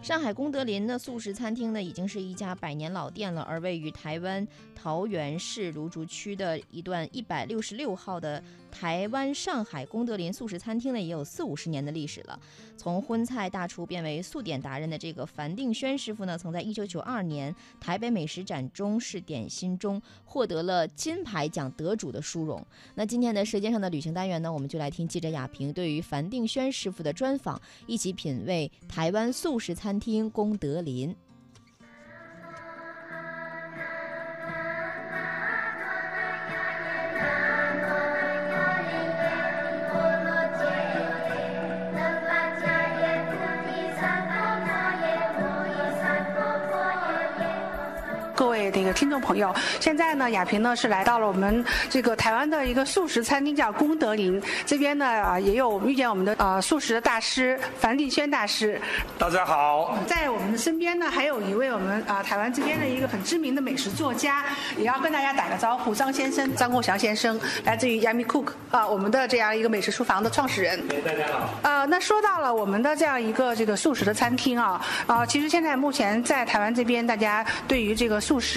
上海功德林的素食餐厅呢，已经是一家百年老店了，而位于台湾桃园市芦竹区的一段一百六十六号的台湾上海功德林素食餐厅呢，也有四五十年的历史了。从荤菜大厨变为素点达人的这个樊定轩师傅呢，曾在一九九二年台北美食展中式点心中获得了金牌奖得主的殊荣。那今天的舌尖上的旅行单元呢，我们就来听记者雅萍对于樊定轩师傅的专访，一起品味台湾素食餐厅功德林。各位那个听众朋友，现在呢，亚萍呢是来到了我们这个台湾的一个素食餐厅，叫功德林。这边呢啊，也有遇见我们的呃素食的大师樊定轩大师。大家好，在我们的身边呢，还有一位我们啊、台湾这边的一个很知名的美食作家，也要跟大家打个招呼，张先生，张国祥先生，来自于 Yummy Cook 啊、我们的这样一个美食厨房的创始人。大家好。呃，那说到了我们的这样一个这个素食的餐厅啊，啊、其实现在目前在台湾这边，大家对于这个素食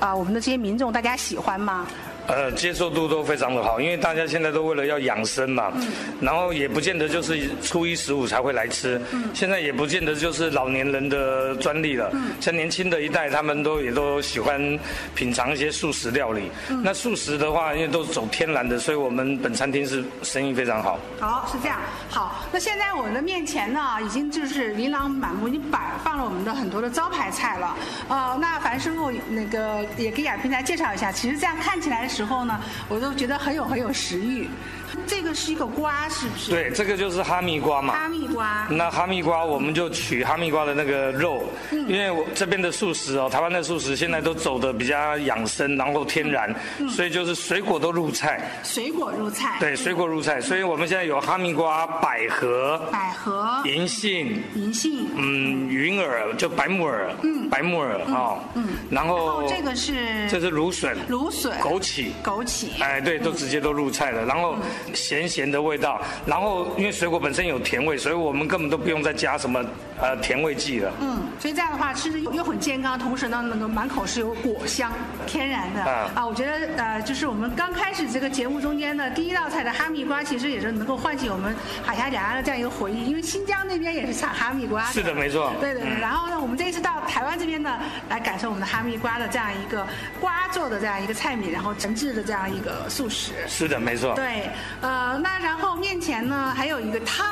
啊、我们的这些民众，大家喜欢吗？呃，接受度都非常的好，因为大家现在都为了要养生嘛，然后也不见得就是初一十五才会来吃，现在也不见得就是老年人的专利了，像年轻的一代，他们都也都喜欢品尝一些素食料理。那素食的话，因为都走天然的，所以我们本餐厅是生意非常好。好，是这样。好，那现在我们的面前呢，已经就是琳琅满目，已经摆放了我们的很多的招牌菜了。呃，那樊师傅那个也给亚萍来介绍一下。其实这样看起来的时候呢，我都觉得很有很有食欲。这个是一个瓜，是不是？，对，这个就是哈密瓜嘛。哈密瓜。那哈密瓜，我们就取哈密瓜的那个肉，因为我这边的素食哦，台湾的素食现在都走的比较养生，然后天然，所以就是水果都入菜，水果入菜。对，水果入菜，所以我们现在有哈密瓜、百合、百合、银杏，银杏。嗯，云耳就白木耳，嗯，白木耳哦，嗯，然然后后哦这个是哦这是芦笋、芦笋、枸杞。枸杞。哎，对，都直接都入菜了，然后嗯咸咸的味道，然后因为水果本身有甜味，所以我们根本都不用再加什么呃甜味剂了。嗯，所以这样的话吃着又又很健康，同时呢，那个满口是有果香，天然的啊啊。我觉得呃，就是我们刚开始这个节目中间呢，第一道菜的哈密瓜，其实也是能够唤起我们海峡两岸的这样一个回忆，因为新疆那边也是产哈密瓜。是的，嗯没错。嗯对对对，然后呢，我们这一次到台湾这边呢，来感受我们的哈密瓜的这样一个瓜做的这样一个菜米，然后整制的这样一个素食。是的，没错。对，呃，那然后面前呢还有一个汤，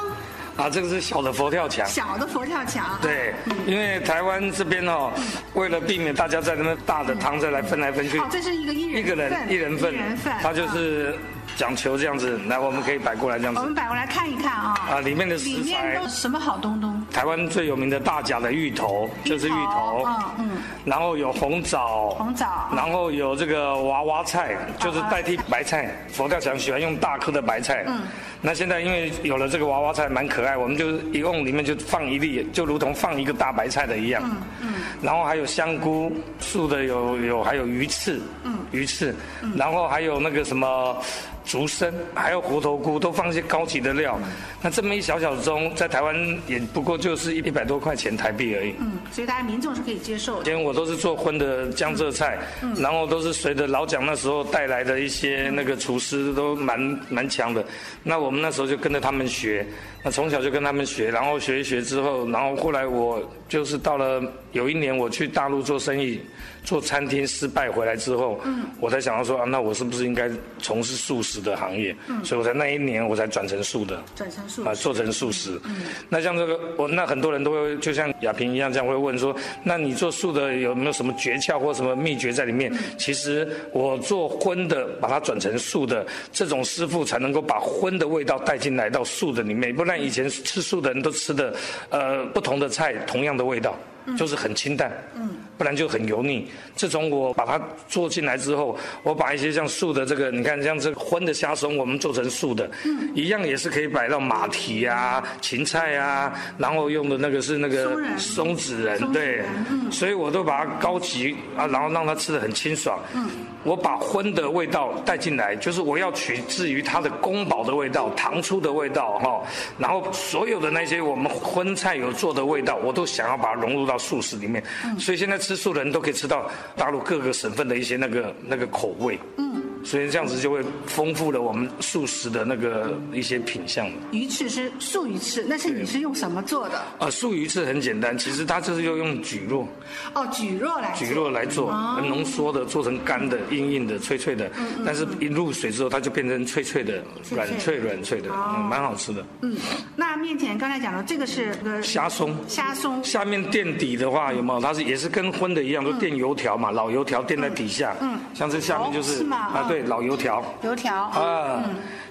啊，这个是小的佛跳墙。小嗯的佛跳墙。对，因为台湾这边哦，嗯为了避免大家在那边大的汤再来分来分去哦，，这是一个一人一个人份一人份一人份，，他就嗯。哦是讲求这样子。来，我们可以摆过来这样我们子。摆过来看一看啊，啊里面的食材里面都什么好东东？台湾最有名的大甲的芋头就是芋头，嗯嗯，然后有红枣，红枣哦然后有这个娃娃菜，就是代替白菜。佛跳墙喜欢用大颗的白菜，嗯，那现在因为有了这个娃娃菜，蛮可爱，我们就一瓮里面就放一粒，就如同放一个大白菜的一样，嗯嗯，然后还有香菇，素的有有还有鱼翅，嗯，鱼翅，然后还有那个什么。竹荪还有猴头菇都放一些高级的料，那这么一小小盅，在台湾也不过就是一一百多块钱台币而已。嗯，所以大家民众是可以接受以的。前我都是做荤的江浙菜，然后都是随着老蒋那时候带来的一些那个厨师都蛮蛮强的，那我们那时候就跟着他们学，那从小就跟他们学，然后学一学之后，然后后来我就是到了有一年我去大陆做生意，做餐厅失败回来之后，我才想到说啊，那我是不是应该从事素食的行业？所以我在那一年我才转成素的。转成素啊，食，嗯做成素食。那像这个，我那很多人都会就像亚萍一样，这样会问说，那你做素的有没有什么诀窍或什么秘诀在里嗯面？其实我做荤的，把它转成素的，这种师傅才能够把荤的味道带进来到素的里面，不然以前吃素的人都吃的，呃，不同的菜，同样的味道。就是很清淡，嗯，不然就很油腻。自从我把它做进来之后，我把一些像素的这个，你看像这个荤的虾松，我们做成素的，嗯，一样也是可以摆到马蹄啊、芹菜啊，然后用的那个是那个松仁松子仁，松子对仁，嗯所以我都把它高级啊，然后让它吃的很清爽，嗯。我把荤的味道带进来，就是我要取自于它的宫保的味道、糖醋的味道哈、然后所有的那些我们荤菜有做的味道，我都想要把它融入到素食里面。所以现在吃素的人都可以吃到大陆各个省份的一些那个那个口味。嗯，所以这样子就会丰富了我们素食的那个一些品相。鱼翅是素鱼翅，但是你是用什么做的？啊，素鱼翅很简单，其实它就是用蒟蒻。哦，蒟蒻来做蒟蒻来做，哦浓缩的做成干的、硬硬的、脆脆的，但是一入水之后，它就变成脆脆的、脆软脆嗯脆软脆的，哦嗯，蛮好吃的。嗯，那面前刚才讲的这个是个虾松。虾松，下面垫底的话有没有？它是也是跟荤的一样，都嗯垫油条嘛，老油条垫在底下。嗯，像这下面就哦是是吗啊，嗯对，老油条油条，啊，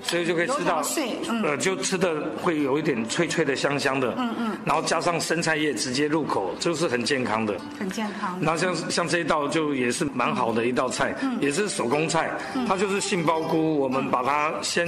所以就可以吃油条到碎嗯呃，就吃的会有一点脆脆的、香香的。嗯嗯，然后加上生菜叶直接入口，就是很健康的。很健康。然后像像这一道就也是蛮好的一道菜，嗯也是手工菜，它就是杏鲍菇，我们把它先，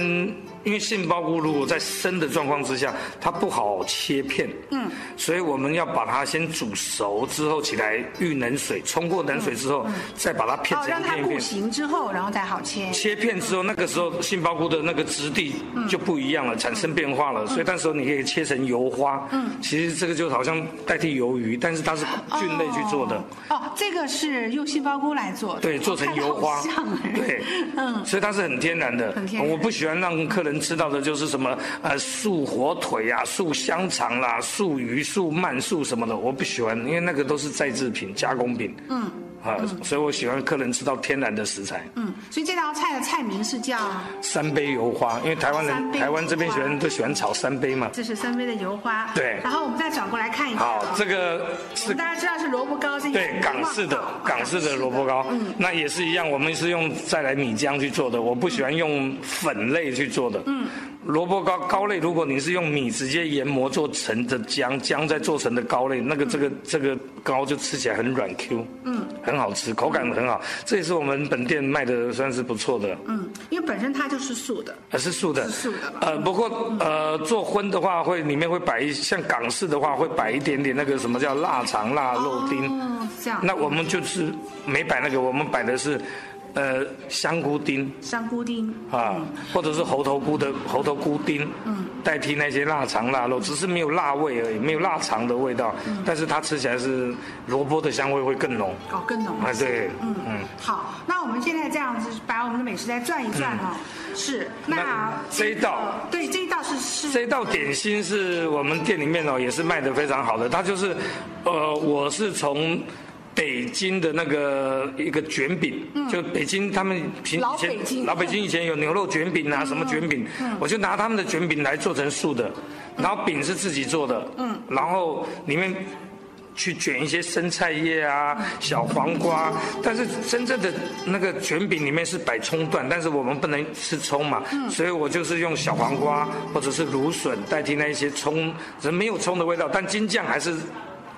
因为杏鲍菇如果在生的状况之下，它不好切片，嗯，所以我们要把它先煮熟之后起来遇冷水，冲过冷水之后，再把它片哦，成让一它片一固片。形之后，然后再好切。切片之后，那个时候杏鲍菇的那个质地嗯就不一样了，产生变化了，所以那时候你可以切成油花。嗯，其实这个就好像代替鱿鱼，但是它是菌类去做的。哦。哦，这个是用杏鲍菇来做的，哦对，做成油花看着好像哎，对，嗯，所以它是很天然的。很天然我不喜欢让客人吃到的就是什么呃素火腿啊、素香肠啦、素鱼、素鳗、素什么的，我不喜欢，因为那个都是再制品、加工品。嗯，啊，所以我喜欢客人吃到天然的食材。嗯，所以这道菜的菜名是叫，三杯油花，因为台湾嗯三人杯台湾这边学人都喜欢炒三杯嘛。这是三杯的油花。对然后我们再转过来看一下好啊，，这个我是们大家知道是萝卜糕，这对，港式的港式的嗯萝卜糕，嗯那也是一样，我们是用再来米浆去做的，我不喜欢用粉类去做的。嗯，萝卜糕糕类，如果你是用米直接研磨做成的浆，浆再做成的糕类，那个这个这个糕就吃起来很软 Q，嗯，很好吃，口感很好，这也是我们本店卖的算是不错的。嗯，因为本身它就是素的，呃，是素的，是素的吧呃，不过呃，做荤的话会里面会摆一，像港式的话会摆一点点那个什么叫腊肠、腊肉丁。哦，是这样。那我们就是没摆那个，我们摆的是，呃，香菇丁香菇丁啊，嗯或者是猴头菇的猴头菇丁，嗯，代替那些腊肠腊肉，只是没有辣味而已，没有腊肠的味道，但是它吃起来是萝卜的香味会更浓。哦，更浓啊，对，嗯嗯，好，那我们现在这样子把我们的美食再转一转哦。是，那嗯那这一道呃对这一道是是这道点心是我们店里面哦，也是卖的非常好的。它就是，呃，我是从北京的那个一个卷饼，就北京他们平嗯老以前北京嗯老北京以前有牛肉卷饼啊，什么卷饼，我就拿他们的卷饼来做成素的，然后饼是自己做的，嗯，然后里面。去卷一些生菜叶啊、小黄瓜，但是真正的那个卷饼里面是摆葱段，但是我们不能吃葱嘛，嗯所以我就是用小黄瓜或者是芦笋代替那一些葱，人没有葱的味道，但京酱还是。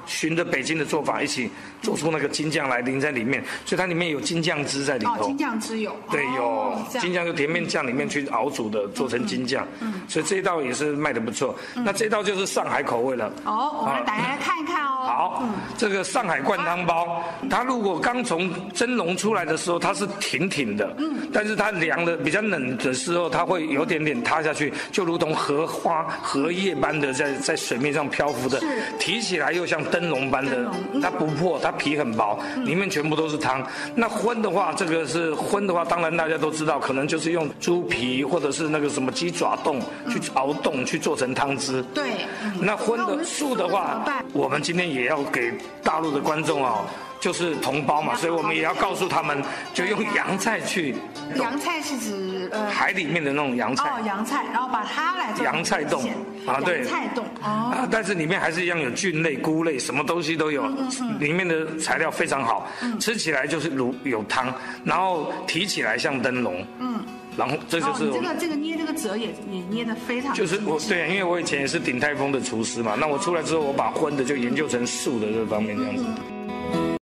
循着北京的做法一起做出那个京酱来淋在里面，所以它里面有京酱汁在里哦，头。京酱汁有，对，有哦是这样嗯京酱就甜面酱里面去熬煮的，做成京酱，所以这一道也是卖的不错。嗯那这一道就是上海口味了。哦，我啊们打开来看一看哦。好，这个上海灌汤包，它如果刚从蒸笼出来的时候，它是挺挺的，嗯，但是它凉了比较冷的时候，它会有点点塌下去，就如同荷花荷叶般的在在水面上漂浮的是，提起来又像灯笼般灯的笼，嗯它不破，它皮很薄，里面全部都是汤。那荤的话，这个是荤的话，当然大家都知道，可能就是用猪皮或者是那个什么鸡爪冻去熬冻去做成汤汁，对，嗯那荤那我的们素的怎么话办，我们今天也要给大陆的观众哦，就是同胞嘛，所以我们也要告诉他们，就用洋菜去洋菜是指呃海里面的那种洋菜哦洋菜，然后把它来做洋菜冻啊对洋菜冻哦，啊，但是里面还是一样有菌类、菇类，什么东西都有，嗯里面的材料非常好，吃起来就是如有汤，然后提起来像灯笼，嗯，然后这就是哦、我你这们。个这个捏这个褶也也捏的非常就是我精致对，因为我以前也是鼎泰丰的厨师嘛，那我出来之后，我把荤的就研究成素的这方面这样子。